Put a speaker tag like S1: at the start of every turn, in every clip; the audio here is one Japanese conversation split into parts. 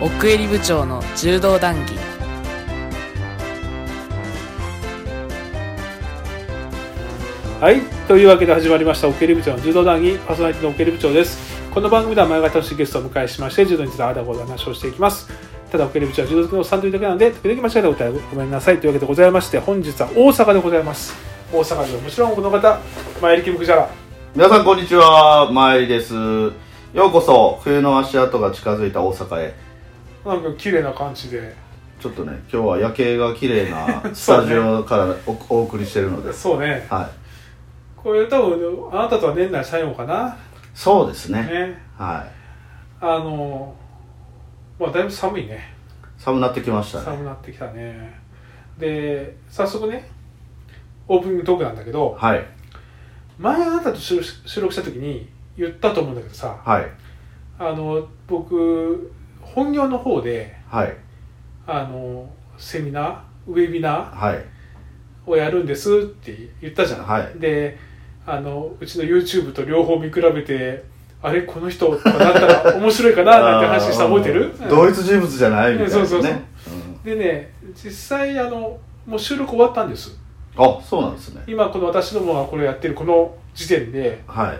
S1: 奥襟部長の柔道談義
S2: はい、というわけで始まりました、オケリ部長の柔道談義、パーソナリティのオケリ部長です。この番組では前方しいゲストをお迎えしまして、柔道についてあだこうだ話をしていきます。ただ、オケリ部長は柔道好きのおっさんというだけなので、時々間違えたことはごめんなさいというわけでございまして、本日は大阪でございます。大阪でもちろんこの方、前力ムじゃら
S3: 皆さんこんにちは、まいりです。ようこそ、冬の足跡が近づいた大阪へ。
S2: なんか綺麗な感じで、
S3: ちょっとね、今日は夜景が綺麗 なスタジオからお,、お送りしてるので。
S2: そうね、
S3: はい。
S2: これ多分あなたとは年内最後かな、
S3: そうですね。
S2: ね、
S3: はい。
S2: あの、まあ、だいぶ寒いね。
S3: 寒なってきましたね。
S2: 寒くなってきたねで早速ねオープニングトークなんだけど
S3: はい。
S2: 前あなたと収録収録した時に言ったと思うんだけどさ
S3: はい。
S2: あの僕本業の方で
S3: はい。
S2: あのセミナーウェビナ
S3: はい。
S2: ーをやるんですって言ったじゃん、
S3: はい
S2: であのうちの YouTube と両方見比べてあれこの人とかなった ら面白いかななんて話した覚えてる
S3: あー同一人物じゃないみたいな、
S2: そ
S3: ね。
S2: うそうそう
S3: うん
S2: でね実際あのもう収録終わったんです
S3: あ、そうなんですね。
S2: 今この私どもがこれやってるこの時点で
S3: はい。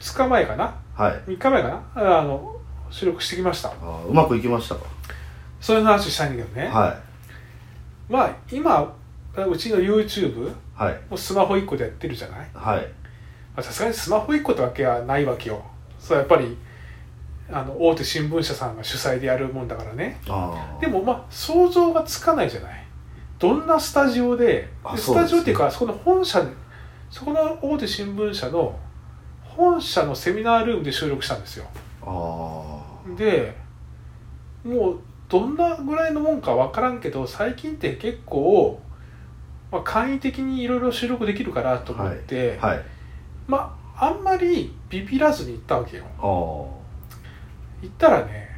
S2: 2日前かな
S3: はい。
S2: 3日前かなあの収録してきました
S3: あーうまくいきましたか。
S2: そういう話したいんだけどね、
S3: は
S2: まあ今うちの YouTube
S3: い。はい。
S2: もスマホ1個でやってるじゃないま
S3: はい。
S2: あさすがにスマホ1個ってわけはないわけよそれはやっぱりあの大手新聞社さんが主催でやるもんだからね
S3: あー
S2: でもまあ想像がつかないじゃないどんなスタジオで
S3: あ
S2: でス
S3: そうです
S2: タ
S3: ね
S2: ジオっていうかそこの本社でそこの大手新聞社の本社のセミナールームで収録したんですよ
S3: あ
S2: でもうどんなぐらいのもんか分からんけど最近って結構、まあ、簡易的にいろいろ収録できるかなと思って、
S3: ー。はい。
S2: まああんまりビビらずに行ったわけよ
S3: ああ。
S2: 行ったらね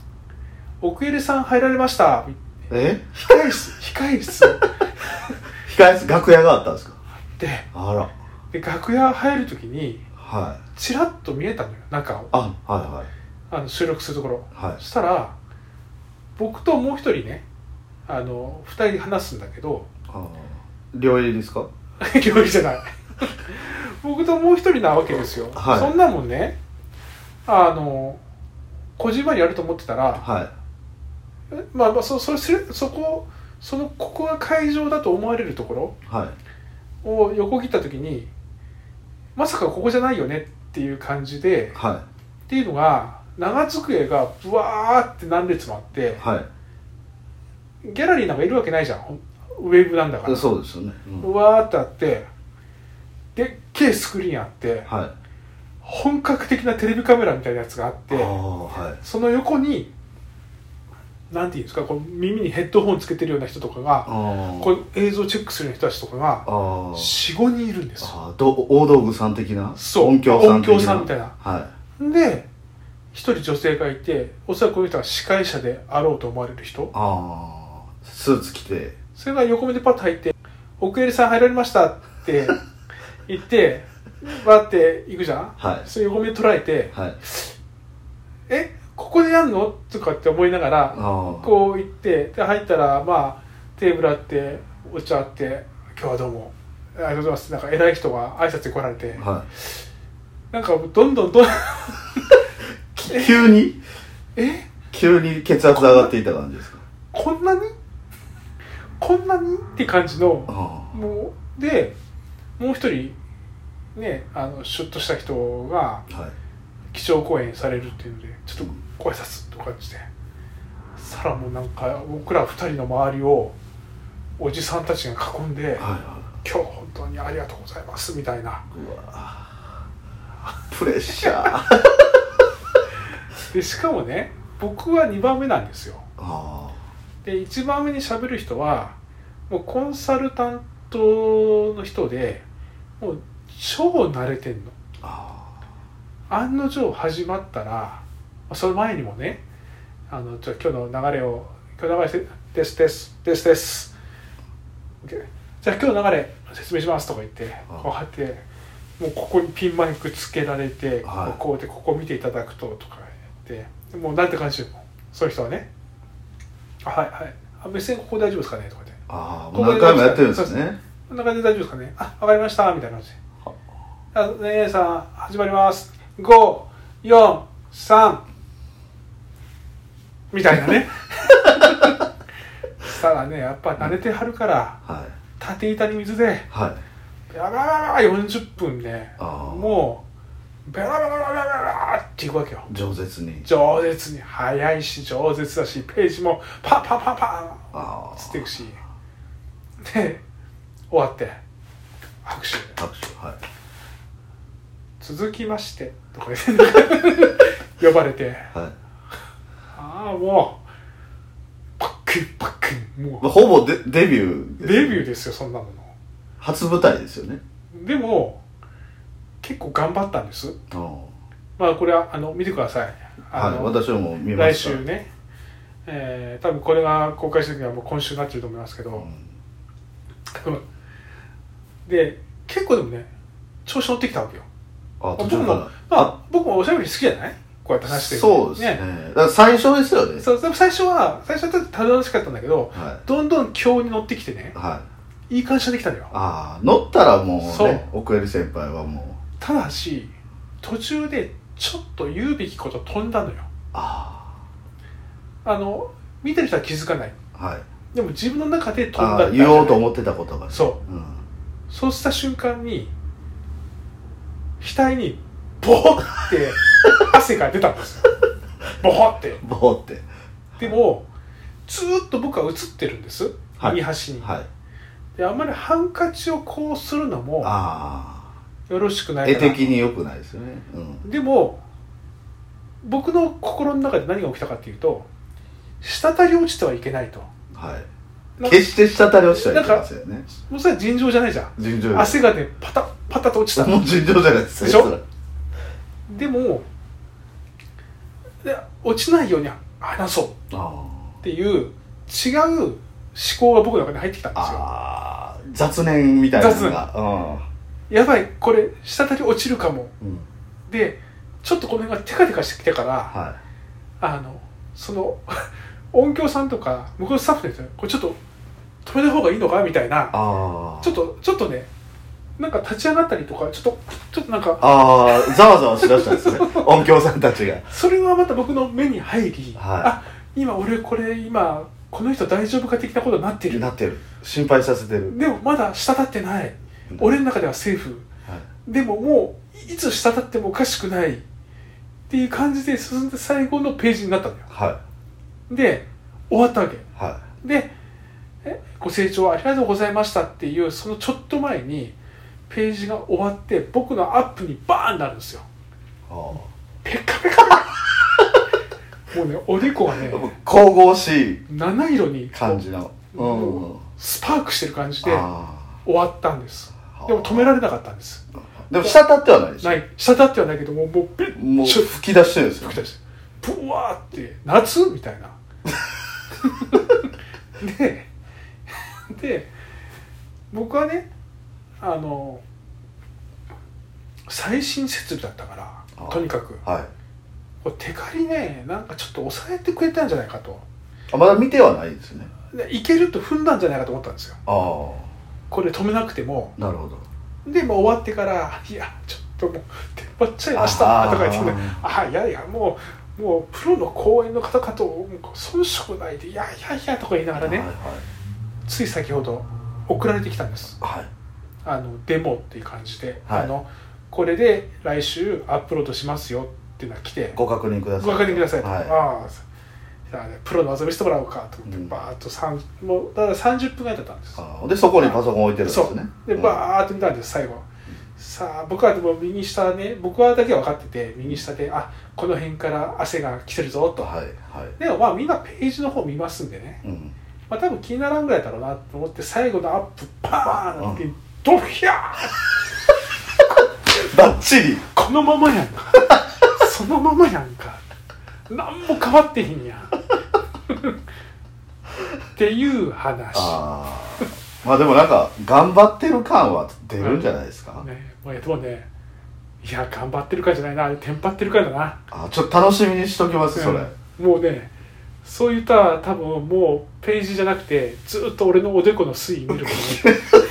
S2: 「奥入さん入られました」
S3: え
S2: 控室控室
S3: 控え室楽屋があったんですか
S2: で
S3: あら
S2: で楽屋入る時に
S3: はい
S2: ちらっと見えたのよ中を
S3: あは
S2: あの収録するところ
S3: いはいは
S2: そ
S3: い
S2: したら僕ともう一人ねあの2人で話すんだけど
S3: あー両襟ですか
S2: 料理じゃない 僕ともう一人なわけですよ、
S3: はい
S2: そんなもんねあのこじんまりやると思ってたら、
S3: はい
S2: えまあまあそそれするそこそのここが会場だと思われるとこ
S3: はい
S2: ろを横切った時にまさかここじゃないよねっていう感じで
S3: は
S2: っていうのが長机がぶわーって何列もあって
S3: いは
S2: ギャラリーなんかいるわけないじゃんほんウェーブなんだから
S3: いそうですよね、うん
S2: うわーってあってでっけえスクリーンあって
S3: はい
S2: 本格的なテレビカメラみたいなやつがあっ
S3: あ
S2: て
S3: あはい
S2: その横になんていうんですかこう耳にヘッドホンつけてるような人とかが
S3: あ
S2: こ
S3: ー
S2: う映像チェックするような人たちとかが
S3: あー
S2: 45人いるんですよ
S3: あーど大道具さん的な
S2: そう
S3: 音響さん的な
S2: 音響さんみたいな
S3: は
S2: で一人女性がいておそらくこの人が司会者であろうと思われる人
S3: ああスーツ着て
S2: それが横目でパッと入って「奥襟さん入られました」って 言ってバーって行くじゃん
S3: はい
S2: それ横目捉えて
S3: はい
S2: 「えここでやんの?」とかって思いながら
S3: ああ
S2: こう行ってで入ったらまあテーブルあってお茶あって「今日はどうもありがとうございます」なんか偉い人が挨拶に来られて
S3: は
S2: なんかどんどんどん
S3: いき急に
S2: え
S3: 急に血圧上がっていた感じですか
S2: こんなにこんなにって感じの
S3: あ
S2: もうでもう一人ねあのシュッとした人が
S3: あはい
S2: 基調講演されるっていうのでちょっとご挨拶とかしてさらもうなんか僕ら二人の周りをおじさんたちが囲んで「今
S3: はいはい
S2: 日本当にありがとうございます」みたいな
S3: うわープレッシャーあ
S2: でしかもね僕は2番目なんですよ
S3: あ
S2: で1番目に喋る人はもうコンサルタントの人でもう超慣れてんの
S3: あ
S2: 案の定始まったらその前にもねあのじゃあ今日の流れを今日の流れですですですです OK じゃあ今日の流れ説明しますとか言って
S3: あ
S2: こうやってもうここにピンマイクつけられて、
S3: はい
S2: ここでここ見ていただくととか言ってもうなんて感じよその人はねあはいはいあ別にここ大丈夫ですかねとか言って
S3: ああもう何回もやってるんですね
S2: こんな感じで大丈夫ですかねあわかりましたみたいな感じであねえさん始まります543みたいなねしたらねやっぱ慣れてはるから
S3: はい
S2: 縦板に水で
S3: はい
S2: ベラベラベラ40分ね
S3: ああ
S2: もうベラベラベラベラベラっていくわけよ
S3: 饒舌に
S2: 饒舌に早いし饒舌だしページもパンパンパンパ
S3: あ
S2: ン
S3: あ
S2: つっていくしで終わって拍手
S3: 拍手はい
S2: 続きましてとか言って呼ばれて
S3: はい
S2: ああもうパックンパックンも
S3: まあ、ほぼデデビュー
S2: う
S3: です
S2: デビューですよそんなもの
S3: 初舞台ですよね
S2: でも結構頑張ったんです
S3: うん
S2: まあこれはあの見てくださいあ
S3: はい
S2: の、
S3: 私はもう見ま
S2: 来
S3: した
S2: 週ねえー、多分これが公開した時はもう今週になってると思いますけど、
S3: うん
S2: 多分で結構でもね調子乗ってきたわけよ
S3: あ途
S2: 僕
S3: 中
S2: も
S3: か
S2: まあ僕もおしゃべり好きじゃないこうやって
S3: ら
S2: 話してる
S3: そうですねだから最初ですよね
S2: そうでも最初は最初はただ楽しかったんだけど
S3: は
S2: どんどん強に乗ってきてね
S3: いはい
S2: いい感じができたのよ
S3: ああ乗ったらもう
S2: そう
S3: ね奥襟先輩はもう
S2: ただし途中でちょっと言うべきこと飛んだのよ
S3: あ
S2: あの見てる人は気づかない
S3: あはい
S2: でも自分の中で飛ん
S3: あ
S2: だ
S3: あ言おうと
S2: う
S3: 思ってたことが、
S2: そう
S3: ん、
S2: そうした瞬間に額にボホって汗が出たん ですよボホって
S3: ボーって
S2: でもずーっと僕は映ってるんです、
S3: はい
S2: 右端に、
S3: はい
S2: であんまりハンカチをこうするのも
S3: あ
S2: よろしくな
S3: あ
S2: い
S3: 絵
S2: かな
S3: 的に良くないですよねうん
S2: でも僕の心の中で何が起きたかっていうと滴り落ちてはいけないと
S3: はい
S2: な
S3: 決して滴り落ちてはいけませんよね
S2: もうそれは尋常じゃないじゃん
S3: 尋常です
S2: 汗がねパタッパタッと落ちた
S3: もう尋常じゃないです
S2: でしょ
S3: それ
S2: でもで落ちないように話そう
S3: あ
S2: っていう違う思考が僕の中に入ってきたん
S3: あ
S2: ですよ
S3: ああ雑念みたいなのが
S2: やばいこれ滴り落ちるかも
S3: うん、うん、
S2: でちょっとこの辺がテカテカしてきたから
S3: は
S2: あのその 音響さんとか向こうのスタッフの人にこれちょっと止めた方がいいのかみたいない
S3: ああ
S2: ちょっとちょっとねなんか立ち上がったりとかちょっとちょっとなんか
S3: ああざわざわしだしたんですね音響さんたちが
S2: それがまた僕の目に入り、
S3: はい
S2: あ今俺これ今この人大丈夫か的なことになってる
S3: なってる心配させてる
S2: でもまだ滴ってない俺の中ではセーフ
S3: はい
S2: でももういつ滴ってもおかしくないっていう感じで進んで最後のページになったのよ
S3: は
S2: で終わったわけ
S3: いは
S2: でえご清聴ありがとうございましたっていうそのちょっと前にページが終わって僕のアップにバーンなるんですよ
S3: いああ
S2: ペカペカ もうねおでこがね
S3: 神々しい
S2: 七色に
S3: 感じのうん
S2: スパークしてる感じで
S3: あ
S2: 終わったんです
S3: あ
S2: でも止められなかったんです
S3: ーでも滴ってはないでしょ
S2: ない滴ってはないけどもうもうピッ
S3: もう
S2: ちょ
S3: 吹き出してるんですよ
S2: 吹き出してブワーって夏みたいな でで僕はねあの最新設備だったから
S3: あ
S2: とにかく
S3: はい
S2: これテカリねなんかちょっと抑えてくれたんじゃないかと
S3: あまだ見てはないですね
S2: でいけると踏んだんじゃないかと思ったんですよ
S3: ああ
S2: これ止めなくても
S3: なるほど
S2: でもう終わってから「いやちょっともう出っ張っちゃいました」
S3: あー
S2: とか言ってね「ああいやいやもうもうプロの講演の方かともう遜色ないでいやいやいや」とか言いながらね
S3: はい
S2: つい先ほど送られてきたんです
S3: はい、
S2: あのデモっていう感じで、
S3: はい
S2: あのこれで来週アップロードしますよっていうのが来て
S3: ご確認ください
S2: ご確認くださいと、
S3: は
S2: ああじゃあねプロの技見せてもらおうかと思って、
S3: うん
S2: バーっと三もうだから30分ぐらいだったんです
S3: いあーでそこにパソコン置いてるんです
S2: そ
S3: ね
S2: うでバーッと見たんです最後、さあ僕はでも右下ね僕はだけは分かってて右下であこの辺から汗が来てるぞ
S3: うん
S2: と、
S3: はいはい
S2: でもまあみんなページの方見ますんでね、
S3: うん
S2: まあ、多分気にならんぐらいだろうなと思って最後のアップパーンの時にドヒャー
S3: バッチリ
S2: このままやん かそのままやんか何も変わってへんやんっていう話、
S3: ああ まあでもなんか頑張ってる感は出るんじゃないですか、
S2: ね、もうやでもねいや頑張ってるかじゃないなあれテンパってるかだな
S3: あーちょっと楽しみにしときますそれ、
S2: うんもうねそういったら多分もうページじゃなくてずっと俺のおでこの推移見る ことに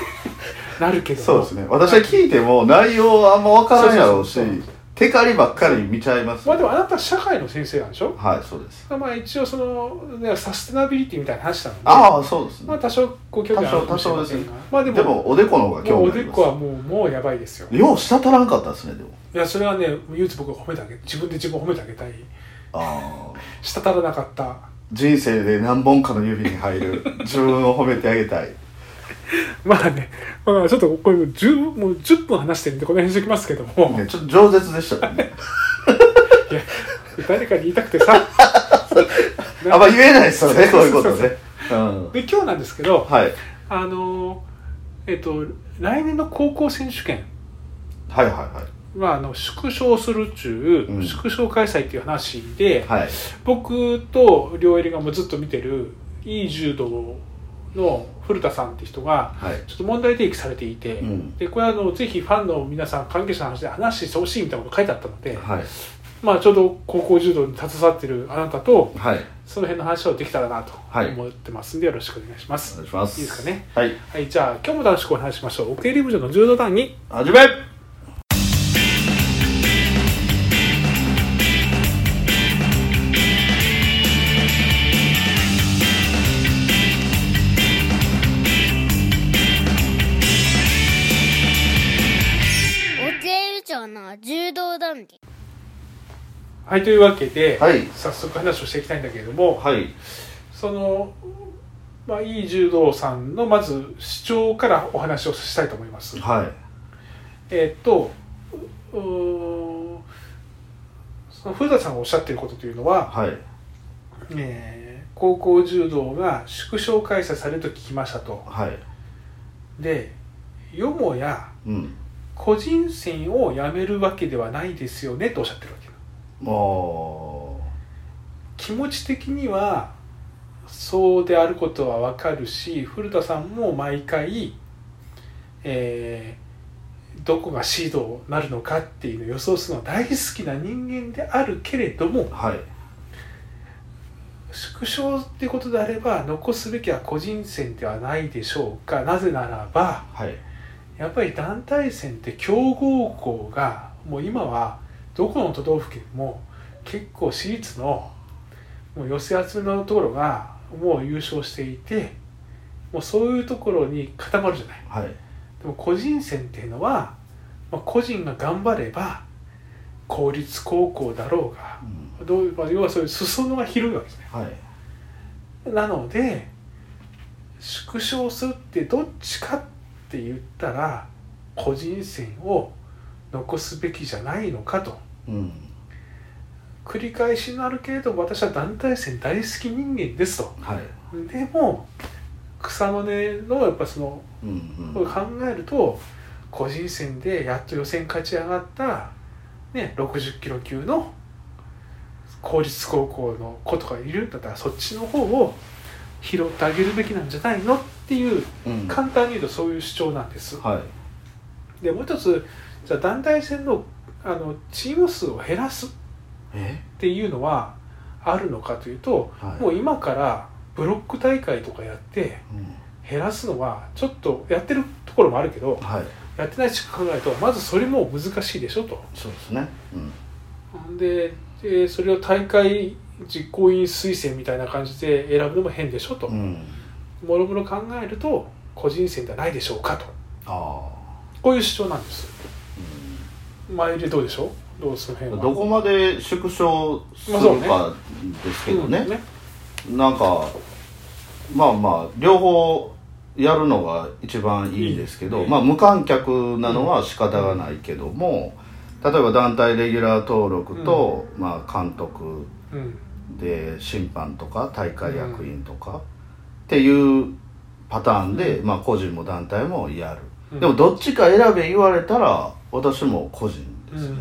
S2: なるけども
S3: そうですね私は聞いても内容あんま分からんやろうし
S2: そうそうそう
S3: テカリばっかり見ちゃいます
S2: まあでもあなた社会の先生なんでしょ
S3: はいそうです
S2: まあ一応その、ね、サステナビリティみたいな話なので
S3: ああそうです
S2: まあ
S3: ね
S2: 多少ご興味あるかもしれません
S3: 多
S2: がまあで
S3: で
S2: も
S3: もおでこの方が
S2: もう
S3: 興
S2: お
S3: 味あ
S2: で
S3: り
S2: こは
S3: ま
S2: もうもうやばいですよ
S3: すようしたたらんかったですねでも
S2: いやそれはね唯一僕が褒めてあげ自分で自分を褒めてあげたい
S3: ああ
S2: したたらなかった
S3: 人生で何本かの指に入 る自分を褒めてあげたい
S2: まあね、まあ、ちょっとこれ10もう10分話してるんでこの辺にしときますけども、
S3: ねちょっと饒舌でした ね
S2: いや誰かに言いたくてさ
S3: あんま言えないですよねこういうことねうん
S2: で今日なんですけど、
S3: はい
S2: あのえっと来年の高校選手権
S3: はいはい
S2: はあの縮小するっちゅう、
S3: うん
S2: 縮小開催っていう話で、
S3: はいはい
S2: 僕と両襟がもうずっと見てるいい柔道の古田さんって人が
S3: はい
S2: ちょっと問題提起されていて、
S3: うん
S2: でこれはあのぜひファンの皆さん関係者の話で話してほしいみたいなこと書いてあったので、
S3: はい
S2: まあ、ちょうど高校柔道に携わっているあなたと
S3: はい
S2: その辺の話をできたらなと
S3: はい
S2: 思ってますんでよろしくお願いしま
S3: お
S2: す、
S3: 願いします
S2: いいですかね
S3: はい
S2: はい、じゃあ今日も楽しくお話ししましょう奥入部長の柔道団に
S3: 始め
S4: お手入長の柔道談義
S2: はいというわけで、
S3: はい
S2: 早速話をしていきたいんだけれども、
S3: はい
S2: そのまあいい柔道さんのまず主張からお話をしたいと思います
S3: はい
S2: えーっとううーんその古田さんがおっしゃっていることというのは、
S3: はい
S2: えー高校柔道が縮小開催されると聞きましたと
S3: はい
S2: でよもや
S3: うん
S2: 個人戦をやめるわけではないですよねとおっしゃってるわけ
S3: も
S2: 気持ち的にはそうであることはわかるし古田さんも毎回、えーどこがシードになるのかっていうのを予想するのは大好きな人間であるけれども
S3: うはい
S2: 縮小っていうことであれば残すべきは個人戦ではないでしょうかなぜならば
S3: はい
S2: やっぱり団体戦って強豪校がもう今はどこの都道府県も結構私立のもう寄せ集めのところがもう優勝していてもうそういうところに固まるじゃない
S3: はい
S2: でも個人戦っていうのは、まあ、個人が頑張れば公立高校だろうが
S3: うん
S2: どういう、まあ、要はそういう裾野が広いわけですね
S3: はい
S2: なので縮小するってどっちかって言ったら個人戦を残すべきじゃないのかと
S3: うん
S2: 繰り返しになるけれど私は団体戦大好き人間ですと
S3: はい
S2: でも草の根のやっぱその
S3: うんう
S2: こ
S3: ん
S2: れ考えると個人戦でやっと予選勝ち上がった、ね、60キロ級の公立高校の子とかいるんだったらそっちの方を拾ってあげるべきなんじゃないのっていう
S3: うん
S2: 簡単に言うとそういう主張なんです。
S3: はい
S2: でもう一つじゃあ団体戦のあのチーム数を減らすっ
S3: え
S2: ていうのはあるのかというと、
S3: はい
S2: もう今からブロック大会とかやって
S3: うん
S2: 減らすのはちょっとやってるところもあるけど、
S3: はい
S2: やってないしか考えるとまずそれも難しいでしょと
S3: そうですねうん
S2: ででそれを大会実行委員推薦みたいな感じで選ぶのも変でしょと
S3: うん
S2: もろもろ考えると個人戦ではないでしょうかと
S3: ああ
S2: こういう主張なんです前入れどうでしょうどうその辺は
S3: どこまで縮小する
S2: まあそうね
S3: かですけど
S2: う
S3: ね
S2: んね
S3: なんかまあまあ両方やるのが一番いいんですけど
S2: いい
S3: まあ、無観客なのは仕方がないけども、例えば団体レギュラー登録と、まあ、監督
S2: うん
S3: で審判とか大会役員とか、っていうパターンで、まあ、個人も団体もやる、
S2: うん
S3: でもどっちか選べ言われたら私も個人ですね、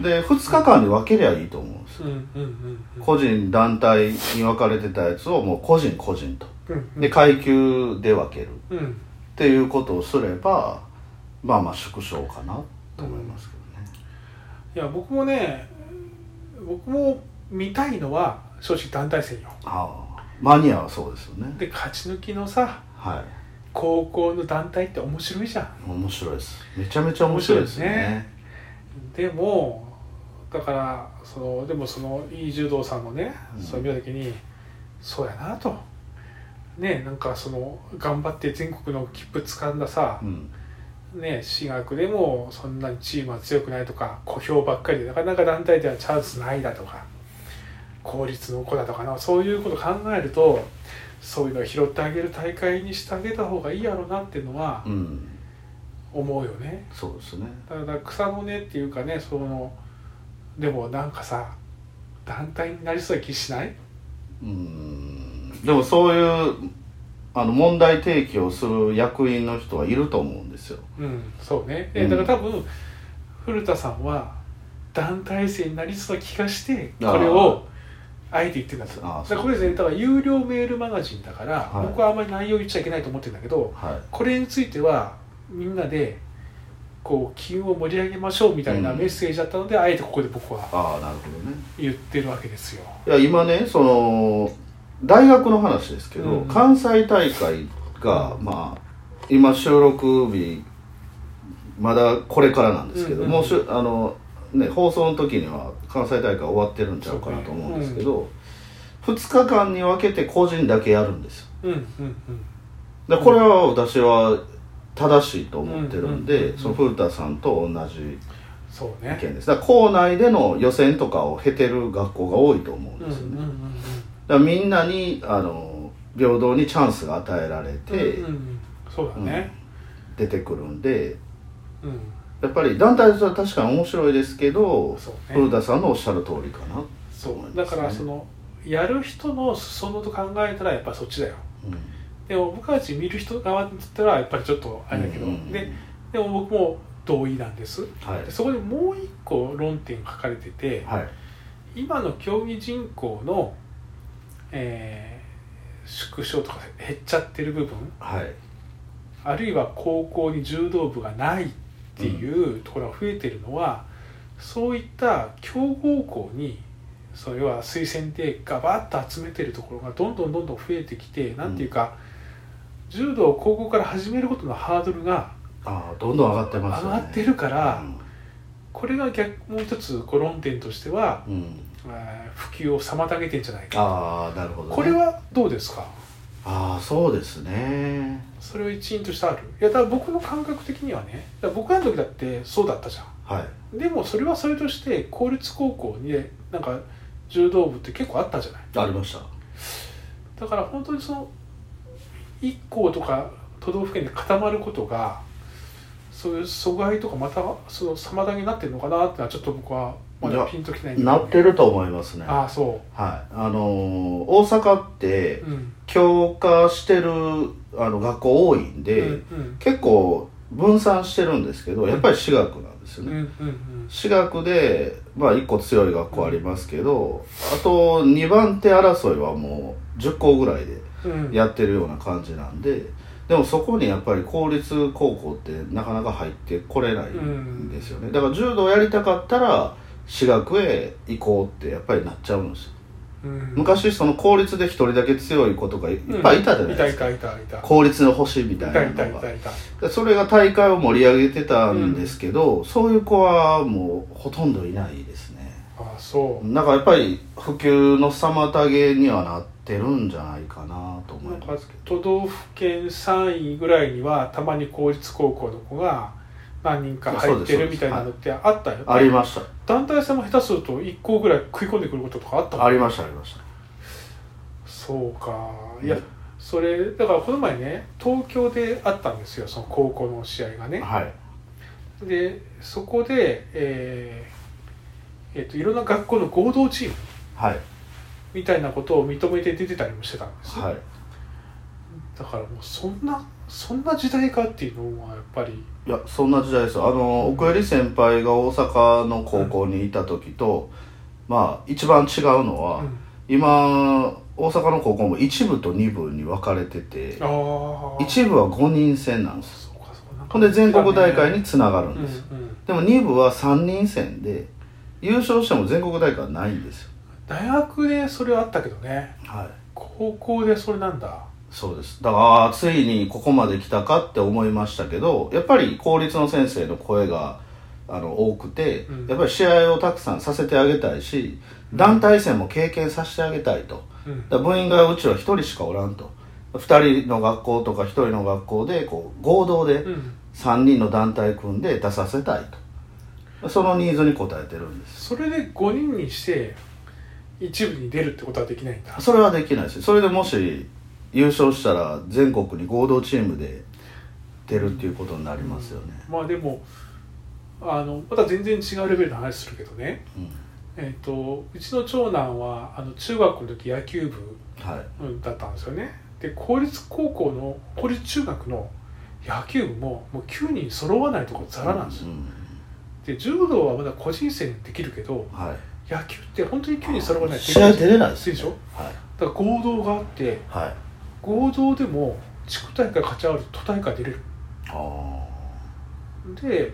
S3: で2日間に分けりゃいいと思うんです
S2: うんうんうん
S3: 個人団体に分かれてたやつをもう個人個人と
S2: うん
S3: で階級で分けるっ
S2: うんうん
S3: ていうことをすればまあまあ縮小かなと思いますけどね、
S2: いや僕もね僕も見たいのは正直団体戦よ
S3: ああマニアはそうですよね
S2: で勝ち抜きのさ
S3: は
S2: 高校の団体って面白いじゃん
S3: い面白いですめちゃめちゃ面白いですよね
S2: でもだからそのでもそのいい柔道さんもね、
S3: うん
S2: それ見た時にそうやなとねなんかその頑張って全国の切符掴んださ、
S3: うん
S2: ね私学でもそんなにチームは強くないとか小兵ばっかりでなかなか団体ではチャンスないだとか公立の子だとかなそういうこと考えるとそういうのを拾ってあげる大会にしてあげた方がいいやろうなっていうのは
S3: うん
S2: 思うよね。
S3: そうですね
S2: だから草の根っていうかねそのでもなんかさ団体になりそうな気しない、
S3: うんでもそういうあの問題提起をする役員の人はいると思うんですよ
S2: うん、そうね
S3: う
S2: で
S3: ん
S2: だから多分古田さんは団体戦になりそうな気がして
S3: あー
S2: これをあえて言ってるんだと
S3: あー
S2: だからこれですねだから有料メールマガジンだから、
S3: はい
S2: 僕はあんまり内容言っちゃいけないと思ってるんだけど
S3: はい
S2: これについてはみんなでこう機運を盛り上げましょうみたいな
S3: うん
S2: メッセージだったので、あえてここで僕は
S3: ああなるほどね
S2: 言ってるわけですよ。
S3: いや今ねその大学の話ですけど、
S2: うん
S3: 関西大会が、まあ今収録日まだこれからなんですけど、
S2: うんうん
S3: もうしゅあの、ね、放送の時には関西大会終わってるんちゃうかなと思うんですけど、2日間に分けて個人だけやるんですよ
S2: うんうんうん
S3: でこれは私は正しいと思ってるんで、
S2: うんうんうんうん
S3: その古田さんと同じ
S2: そう
S3: 意
S2: ね。
S3: 見ですだから校内での予選とかを経てる学校が多いと思うん
S2: うんうん
S3: ですよね、
S2: うんうん
S3: だからみんなにあの平等にチャンスが与えられて
S2: うんうん、そうだね。
S3: 出てくるんで、
S2: うん、
S3: やっぱり団体は確かに面白いですけど、
S2: そうね
S3: 古田さんのおっしゃる通りかな、
S2: そうだからそのやる人の裾野と考えたらやっぱりそっちだよ
S3: うん
S2: でも僕たち見る人側にとってはやっぱりちょっとあれだけど、
S3: うんうんうん
S2: ででも僕も同意なんです
S3: はい
S2: でそこでもう一個論点書かれてて、
S3: はい
S2: 今の競技人口の、えー縮小とか減っちゃってる部分
S3: はい
S2: あるいは高校に柔道部がないっていうところが増えてるのは、そういった強豪校にそれは推薦でガバッと集めてるところがどんどんどんどん増えてきてなんていうか、柔道を高校から始めることのハードルが
S3: ああどんどん上がって
S2: 上
S3: ますよね
S2: がってるから、これが逆もう一つご論点としては、
S3: うん、うん
S2: えー普及を妨げてんじゃないか
S3: ああなるほど、ね、
S2: これはどうですか
S3: ああそうですね
S2: それを一因としてあるいやだから僕の感覚的にはねだから僕らの時だってそうだったじゃん
S3: はい
S2: でもそれはそれとして公立高校にねなんか柔道部って結構あったじゃない
S3: ありました
S2: だから本当にその1校とか都道府県で固まることがそういう阻害とかまたその妨げになってるのかなってのはちょっと僕はま
S3: い
S2: だ
S3: や
S2: ピンときないんだ
S3: なってると思いますね
S2: あ
S3: はい
S2: あそ
S3: あのー大阪って
S2: ううん
S3: 強化してるあの学校多いんで、
S2: うん
S3: 結構分散してるんですけどやっぱり私学なんですよ
S2: うんうん
S3: ね、
S2: うん
S3: 私学で、まあ、1個強い学校ありますけど、あと2番手争いはもう10校ぐらいで
S2: うん
S3: やってるような感じなんででもそこにやっぱり公立高校ってなかなか入ってこれないんですよね、だから柔道やりたかったら私学へ行こうってやっぱりなっちゃうんですよ
S2: うん
S3: 昔その公立で1人だけ強い子とかいっぱいいたじゃないですか、
S2: いたいたいたいた
S3: 公立の星みた
S2: い
S3: い
S2: た
S3: ないの
S2: たい
S3: が
S2: たいた
S3: でそれが大会を盛り上げてたんですけど、そういう子はもうほとんどいないですね
S2: ああそう
S3: なんかやっぱり普及の妨げにはなってるんじゃないかなと思
S2: ないん
S3: ま
S2: か
S3: すけ
S2: 都道府県3位ぐらいにはたまに公立高校の子が何人か入ってるみたいなのってあったよ、ね
S3: どありました
S2: 団体戦も下手すると1校ぐらい食い込んでくることとかあったもん
S3: ありましたありました
S2: そうかいやそれだからこの前ね東京であったんですよその高校の試合がね
S3: はい
S2: でそこでえーえっといろんな学校の合同チーム
S3: はい
S2: みたいなことを認めて出てたりもしてたんですよ、
S3: はい
S2: だからもうそんなそんな時代かっていうのはやっぱり
S3: いやそんな時代ですよあの奥襟先輩が大阪の高校にいた時と、まあ一番違うのは、
S2: うん
S3: 今大阪の高校も一部と二部に分かれてて
S2: ああ
S3: 一部は5人制なんです
S2: そうかそうかなんか
S3: ほんで全国大会につながる
S2: うんん
S3: ですよ、
S2: うん
S3: でも2部は3人戦で優勝しても全国大会はないんですよ
S2: 大学でそれはあったけどね
S3: はい
S2: 高校でそれなんだ
S3: そうですだからあーついにここまで来たかって思いましたけどやっぱり公立の先生の声があの多くて、
S2: うん
S3: やっぱり試合をたくさんさせてあげたいし団体戦も経験させてあげたいと
S2: うん
S3: だから部員がうちは1人しかおらんと2人の学校とか1人の学校でこう合同で
S2: うん
S3: 3人の団体組んで出させたいとそのニーズに応えてるんです
S2: それで5人にして一部に出るってことはできないんだ
S3: それはできないしそれでもし優勝したら全国に合同チームで出るっていうことになりますよね、
S2: まあでもあのまた全然違うレベルの話するけどね、
S3: うん
S2: えー、とうちの長男はあの中学の時野球部
S3: はい
S2: うんだったんですよねで公立高校の公立中学の野球部ももう9人揃わないとこざらなんですよ、
S3: うん
S2: で柔道はまだ個人戦できるけど
S3: はい
S2: 野球って本当に9人揃わないと
S3: 試合出れないです
S2: でしょ
S3: はい
S2: だから合同があって
S3: はい
S2: 合同でも地区大会勝ち上がると都大会出れる
S3: ああ
S2: で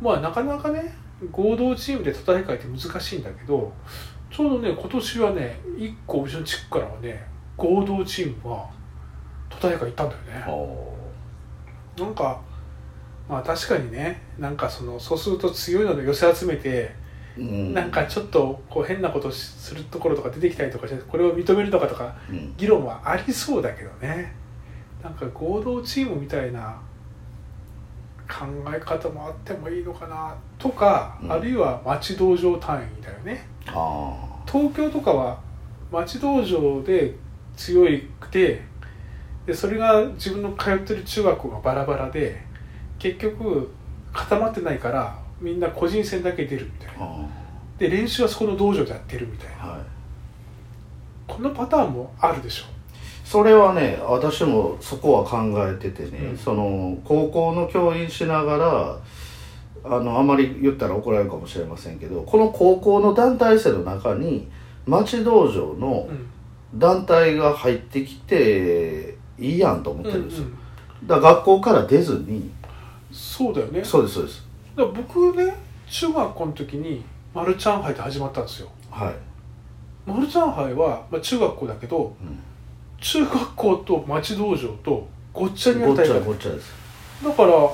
S2: まあなかなかね合同チームで都大会って難しいんだけどちょうどね今年はね1個うちの地区からはね合同チームは都大会行ったんだよね
S3: あー
S2: なんかまあ確かにねなんかそのそうすると強いので寄せ集めて、
S3: うん
S2: なんかちょっとこう変なことしするところとか出てきたりとかしてこれを認めるとかとか
S3: うん
S2: 議論はありそうだけどねなんか合同チームみたいな考え方もあってもいいのかなとか、
S3: うん
S2: あるいは町道場単位だよね
S3: あ
S2: 東京とかは町道場で強いくてでそれが自分の通ってる中学校がバラバラで結局固まってないからみんな個人戦だけ出るみたい
S3: ー
S2: な
S3: あ
S2: で練習はそこの道場でやってるみたい
S3: ー
S2: な
S3: はい
S2: このパターンもあるでしょ
S3: それはね私もそこは考えててね、
S2: うん
S3: その高校の教員しながらあのあまり言ったら怒られるかもしれませんけどこの高校の団体生の中に町道場の
S2: うん
S3: 団体が入ってきていいやんと思って
S2: うん
S3: る
S2: うん
S3: ですよ、
S2: ん
S3: だから学校から出ずに
S2: そうだよね
S3: そうですそうです
S2: だから僕ね中学校の時にマルチャンハイって始まったんですよ
S3: はい、
S2: マルチャンハイは、まあ、中学校だけど
S3: う
S2: 中学校と町道場とごっちゃに
S3: ん、
S2: や
S3: ご
S2: り
S3: った
S2: い
S3: ち
S2: か
S3: ゃ
S2: ら
S3: ごっちゃです
S2: だから、ま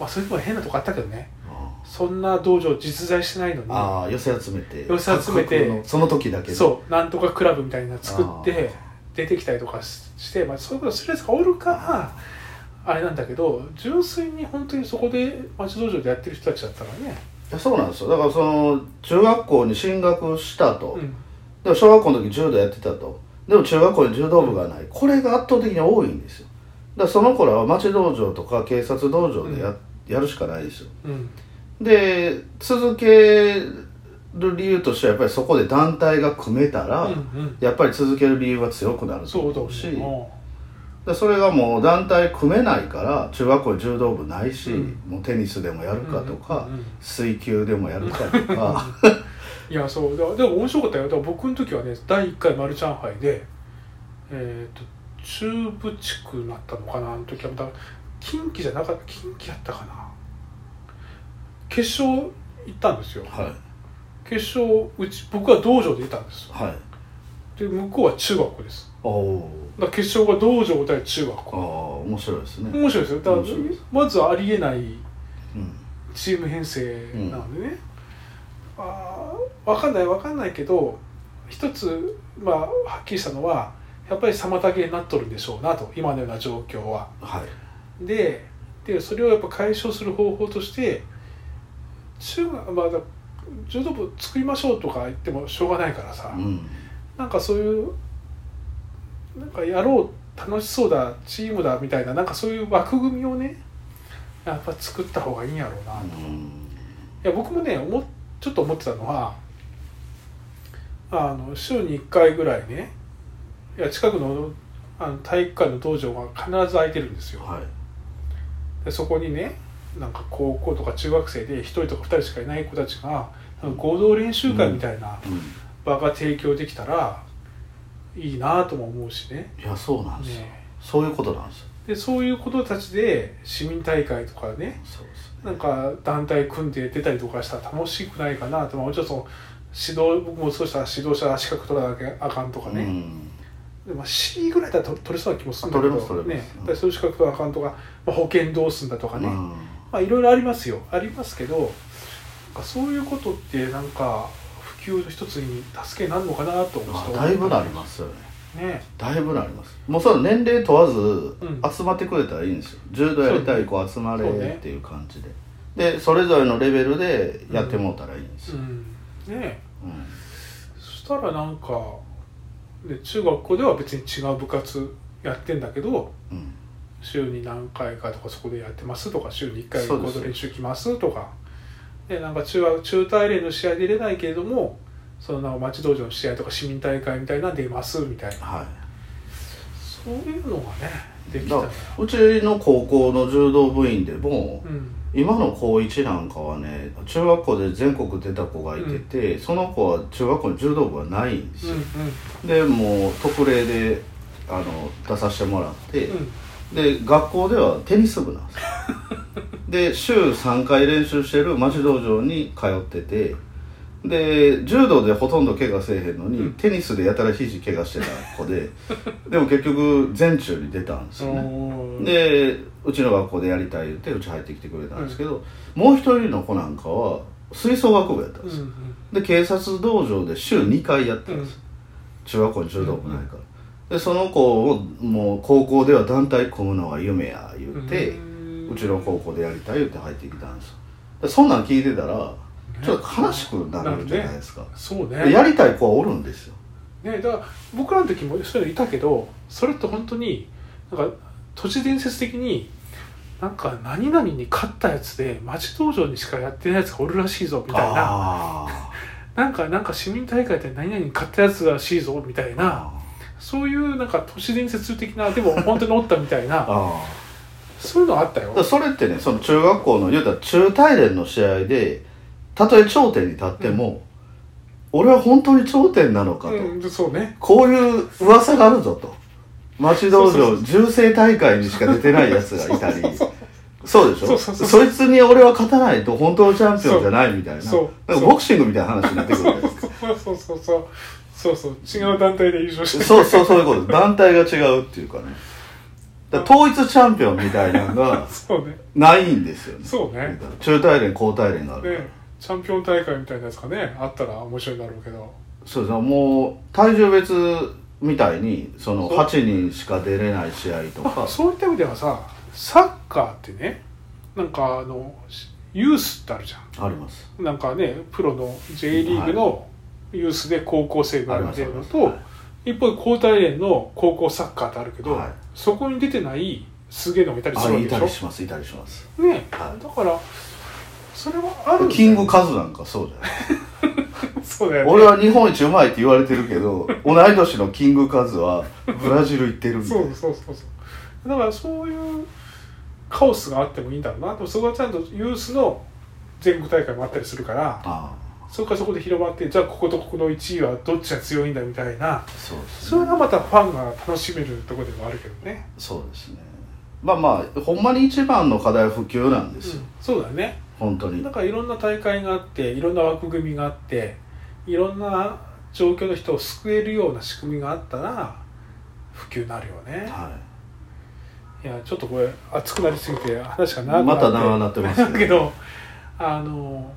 S2: あ、それでも変なとこあったけどね
S3: あ
S2: そんな道場実在してないの
S3: ー
S2: に
S3: あー寄せ集めて
S2: 寄せ集めて
S3: 各国のその時だけで
S2: そうなんとかクラブみたいなの作っ
S3: あー
S2: て出てきたりとかしして、まあ、そういうことするやつがおるからあれなんだけど純粋に本当にそこで町道場でやってる人たちだったからね、
S3: いやそうなんですよだからその中学校に進学したと、
S2: うん、
S3: でも小学校の時柔道やってたとでも中学校に柔道部がないこれが圧倒的に多いんですよだからその頃は町道場とか警察道場でや,、やるしかないですよ
S2: うん、
S3: で続ける理由としてはやっぱりそこで団体が組めたら、
S2: うんうん
S3: やっぱり続ける理由は強くなると
S2: そうだ
S3: 思
S2: も
S3: うんし
S2: ねうん
S3: でそれがもう団体組めないから中学校に柔道部ないし、
S2: うん
S3: もうテニスでもやるかとか、
S2: うんうんうん
S3: 水球でもやるか とか、
S2: いやそうだでも面白かったよだから僕の時はね第1回マルチャンハイでえっ、と中部地区になったのかなあの時はまた近畿じゃなかった近畿やったかな決勝行ったんですよ
S3: はい
S2: 決勝うち僕は道場でいたんですよ
S3: はい
S2: で向こうは中学校です
S3: おお
S2: だから決勝が道場対中学
S3: ああ
S2: 校
S3: 面白いですね、
S2: 面白いですよだから
S3: 面白いです
S2: まずはありえない
S3: うん
S2: チーム編成なのでね、ああ分かんない分かんないけど一つ、まあ、はっきりしたのはやっぱり妨げになっとるんでしょうなと今のような状況は。
S3: はい
S2: ででそれをやっぱ解消する方法として中学、まあ、だ柔道部作りましょうとか言ってもしょうがないからさ、
S3: うん
S2: なんかそういうなんかやろう楽しそうだチームだみたいななんかそういう枠組みをねやっぱ作った方がいいんやろうなと
S3: うん
S2: いや僕もね思っちょっと思ってたのはあの週に1回ぐらいねいや近くのあの体育館の道場が必ず空いてるんですよ
S3: はい
S2: でそこにねなんか高校とか中学生で1人とか2人しかいない子たちがなんか合同練習会みたいな
S3: うん
S2: 場が提供できたらいいなとも思うしね
S3: いやそうなんですよ、
S2: ね
S3: そういうことなんですよ
S2: でそういう子たちで市民大会とかね
S3: そうです
S2: なんか団体組んで出たりとかしたら楽しくないかなとまあもちろんその指導僕もそうしたら指導者資格取らなきゃあかんとか
S3: う
S2: ね、
S3: ん
S2: でまあ、C ぐらいだったら取取れそうな気もするんだけど
S3: 取れます取れます
S2: ね
S3: うん
S2: だからそういう資格取らなあかんとか、まあ、保険どうすんだとかね、
S3: うん
S2: まあいろいろありますよありますけどなんかそういうことってなんか普及の一つに助けになるのかなと思
S3: ま
S2: っ
S3: あ
S2: て
S3: だいぶなりますよね
S2: ね
S3: だいぶなりますもうそれは年齢問わず
S2: ん
S3: 集まってくれたらいいんですよ柔道やりたい子集まれ
S2: そうね
S3: っていう感じで、でそれぞれのレベルでやってもうたらいいんです
S2: う
S3: よ、
S2: んね
S3: うん
S2: そしたらなんか、ね、中学校では別に違う部活やってんだけど
S3: うん
S2: 週に何回かとかそこでやってますとか週に1回
S3: そうで
S2: こ
S3: す
S2: 度練習来ますとかでなんか中学中大連の試合出れないけれどもそのなんか町道場の試合とか市民大会みたいなの出ますみたいな
S3: は
S2: そういうのがねで
S3: い
S2: き
S3: だ
S2: た
S3: かららうちの高校の柔道部員でも、
S2: うん
S3: 今の高1なんかはね中学校で全国出た子がいてて、その子は中学校に柔道部はないんです
S2: うん
S3: よ、
S2: う
S3: でもう特例であの出させてもらって、
S2: んうん
S3: で学校ではテニス部なん ですよで週3回練習してる町道場に通っててで柔道でほとんど怪我せえへんのに、
S2: うん
S3: テニスでやたら肘怪我してた子 ででも結局全中に出たんですよね
S2: おー
S3: でうちの学校でやりたい言ってうち入ってきてくれたんですけど、もう一人の子なんかは吹奏楽部やったん
S2: う
S3: で
S2: ん
S3: す
S2: う
S3: よ、
S2: ん
S3: で警察道場で週2回やった
S2: うんん
S3: ですよ、中学校に柔道部ないから、でその子をもう高校では団体組むのが夢や言って、う
S2: うん
S3: ちの高校でやりたい言って入ってきたんですよでそんなん聞いてたらちょっと悲しくなるじゃないですか、
S2: そう
S3: で
S2: ね
S3: やりたい子はおるんですよ
S2: ねだから僕らの時もそういうのいたけどそれって本当になんか都市伝説的になんか何々に勝ったやつで町道場にしかやってないやつがおるらしいぞみたいな
S3: あ
S2: なんかなんか市民大会で何々に勝ったやつらしいぞみたい
S3: ー
S2: なそういうなんか都市伝説的なでも本当におったみたいな
S3: あー
S2: そういうのあったよ
S3: だからそれってねその中学校の言うたら中大連の試合でたとえ頂点に立っても、俺は本当に頂点なのかと、
S2: うんそうね
S3: こういう噂があるぞと町道
S2: そうそう
S3: 場銃声大会にしか出てないやつがい たりそうでしょ
S2: そうそうそうそ
S3: いつに俺は勝たないと本当のチャンピオンじゃないみたいな
S2: そう
S3: なんかボクシングみたいな話になってくるじゃないですか
S2: そうそうそうそうそうそう違う団体で優勝して
S3: そうそうそういうこと団体が違うっていうかねだから統一チャンピオンみたいなのが
S2: そうね
S3: ないんですよね
S2: そうね
S3: 中大連高大連があるから、
S2: ねチャンピオン大会みたいなやつがねあったら面白いだろうけど
S3: そうですねもう体重別みたいにその
S2: そう
S3: 8人しか出れない試合と
S2: まあ
S3: か
S2: そういった意味ではさサッカーってねなんかあのしユースってあるじゃ
S3: あります
S2: んなんかねプロの J リーグのユースで高校生がやってるのと、
S3: あります
S2: 一方で高体連の高校サッカーってあるけど、
S3: はい
S2: そこに出てないすげえのがいたりす
S3: あ
S2: るわけ
S3: い
S2: で
S3: たり
S2: し
S3: しますいたりします
S2: ょね、
S3: はい
S2: だからそれはあるんだよ
S3: キングカズなんかそうじゃない
S2: そうだよね
S3: 俺は日本一うまいって言われてるけど 同い年のキングカズはブラジル行ってるみた
S2: そ
S3: いな
S2: うそうそうそうだからそういうカオスがあってもいいんだろうなでもそこはちゃんとユースの全国大会もあったりするから
S3: あ
S2: そこからそこで広まってじゃあこことここの1位はどっちが強いんだみたいな
S3: あそうです
S2: それ
S3: ね
S2: がまたファンが楽しめるところでもあるけどね、
S3: そうですねまあまあほんまに一番の課題は普及なんですよ、
S2: そうだね
S3: 本当に
S2: なんかいろんな大会があっていろんな枠組みがあっていろんな状況の人を救えるような仕組みがあったら普及になるよね
S3: はい
S2: やちょっとこれ熱くなりすぎて話が長く
S3: い
S2: な
S3: ま
S2: って
S3: た長くなってます
S2: だけどあの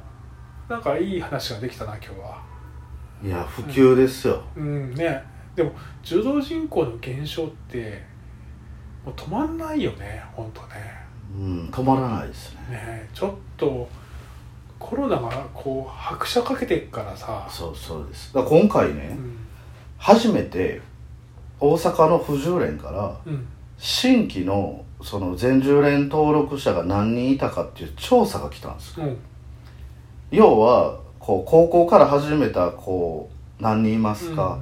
S2: なんかいい話ができたな今日は。
S3: いや普及ですよ、
S2: うんねでも柔道人口の減少ってもう止まんないよねほんとね
S3: うん、止まらないですね
S2: ねちょっとコロナがこう拍車かけてっからさ
S3: そうそうですだから今回ね、
S2: うん
S3: 初めて大阪の不十連から
S2: うん
S3: 新規のその全十連登録者が何人いたかっていう調査が来たんですよ
S2: うん
S3: 要はこう高校から始めた子何人いますか、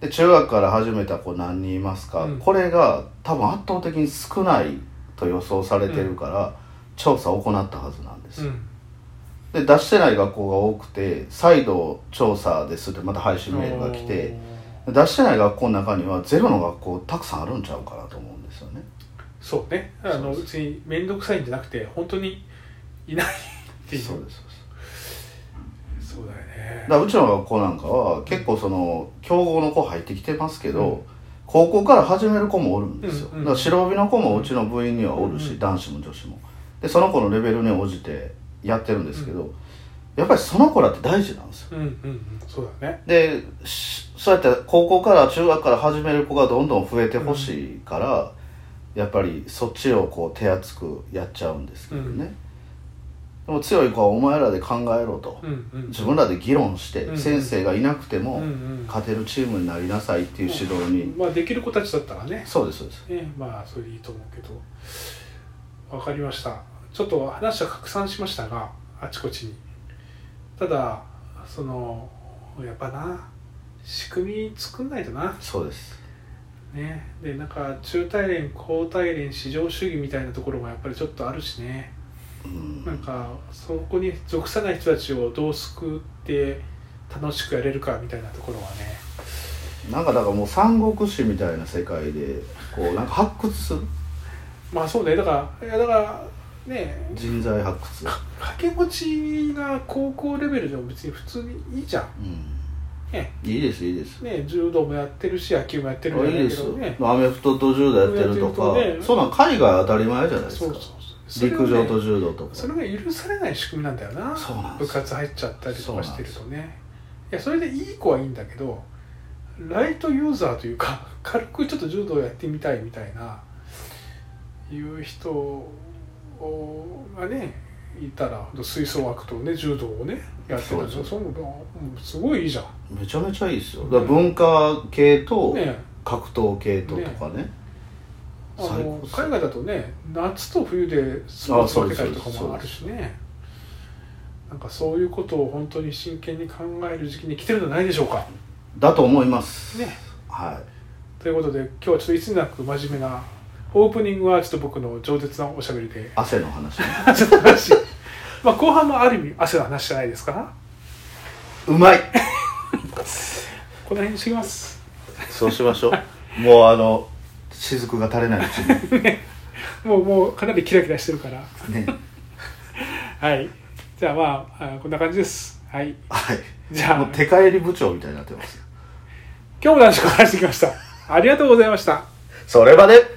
S3: で中学から始めた子何人いますか、
S2: うん
S3: これが多分圧倒的に少ないと予想されてるから、調査を行ったはずなんです
S2: う
S3: よ、
S2: ん
S3: で出してない学校が多くて再度調査ですってまた配信メールが来て、出してない学校の中にはゼロの学校たくさんあるんちゃうかなと思うんですよね
S2: そうねあの
S3: そうです
S2: 別に面倒くさいんじゃなくて本当にいないっていう
S3: そうですそうです
S2: そうだよね
S3: だからうちの子なんかは結構その強豪の子入ってきてますけど、高校から始める子もおるんですよ、
S2: うんうん
S3: だから白帯の子もうちの部員にはおるし、
S2: うんうん
S3: 男子も女子もでその子のレベルに応じてやってるんですけど、やっぱりその子らって大事なんですよ
S2: うんうんうんそうだね
S3: でしそうやって高校から中学から始める子がどんどん増えてほしいから、やっぱりそっちをこう手厚くやっちゃうんですけどね、でも強い子はお前らで考えろと、
S2: うんうん
S3: 自分らで議論して、
S2: うん
S3: 先生がいなくて
S2: う
S3: も
S2: んうん
S3: 勝てるチームになりなさいっていう指導に、
S2: まあできる子たちだったらね
S3: そうですそうです
S2: ねまあそれでいいと思うけどわかりましたちょっと話は拡散しましたがあちこちにただそのやっぱな仕組み作んないとな
S3: そうです
S2: ねでなんか中大連高大連至上主義みたいなところもやっぱりちょっとあるしね
S3: うん
S2: なんかそこに属さない人たちをどう救って楽しくやれるかみたいなところはね
S3: なんかだからもう三国志みたいな世界でこうなんか発掘する
S2: まあそうねだからいやだからね
S3: 人材発掘
S2: 掛け持ちが高校レベルでも別に普通にいいじゃん
S3: うん
S2: え
S3: いいですいいです
S2: ね柔道もやってるし野球もやって
S3: い
S2: るんだ
S3: いで
S2: け
S3: す
S2: ど
S3: よ
S2: ね
S3: アメフトと柔道やってると
S2: やっ
S3: か
S2: てるとね
S3: そうなん海外当たり前じゃないです
S2: そう
S3: か
S2: そうそう
S3: 陸上と
S2: それがね
S3: 柔道とか
S2: それが許されない仕組みなんだよな
S3: そうなんで
S2: 部
S3: すよ
S2: 活入っちゃったりとかしてると
S3: そ
S2: ねいやそれでいい子はいいんだけどライトユーザーというか 軽くちょっと柔道やってみたいみたいないう人がねいたら吹奏楽とね柔道をねやってたんです
S3: そう
S2: よ
S3: そ
S2: そのうんすごいいいじゃん
S3: めちゃめちゃいいですよだから文化系と
S2: ね
S3: 格闘系ととかね
S2: あ
S3: 最高
S2: の
S3: っす
S2: 海外だとね夏と冬でスポーツ分けたりとかもあるしねなんかそういうことを本当に真剣に考える時期に来てるんじゃないでしょうか
S3: だと思います
S2: ね
S3: は
S2: ということで今日はちょっといつになく真面目なオープニングはちょっと僕の饒舌なおしゃべりで
S3: い汗の話ね
S2: ちょっと話 まあ後半もある意味汗の話じゃないですから
S3: う まい
S2: この辺にしてきます
S3: そうしましょうもうあの雫が垂れないうちに
S2: もうもうかなりキラキラしてるから
S3: ね
S2: はいじゃあまああこんな感じですはい
S3: はい
S2: じゃあ
S3: もう手帰り部長みたいになってますよ
S2: 今日も男子お話してきましたありがとうございました
S3: それまで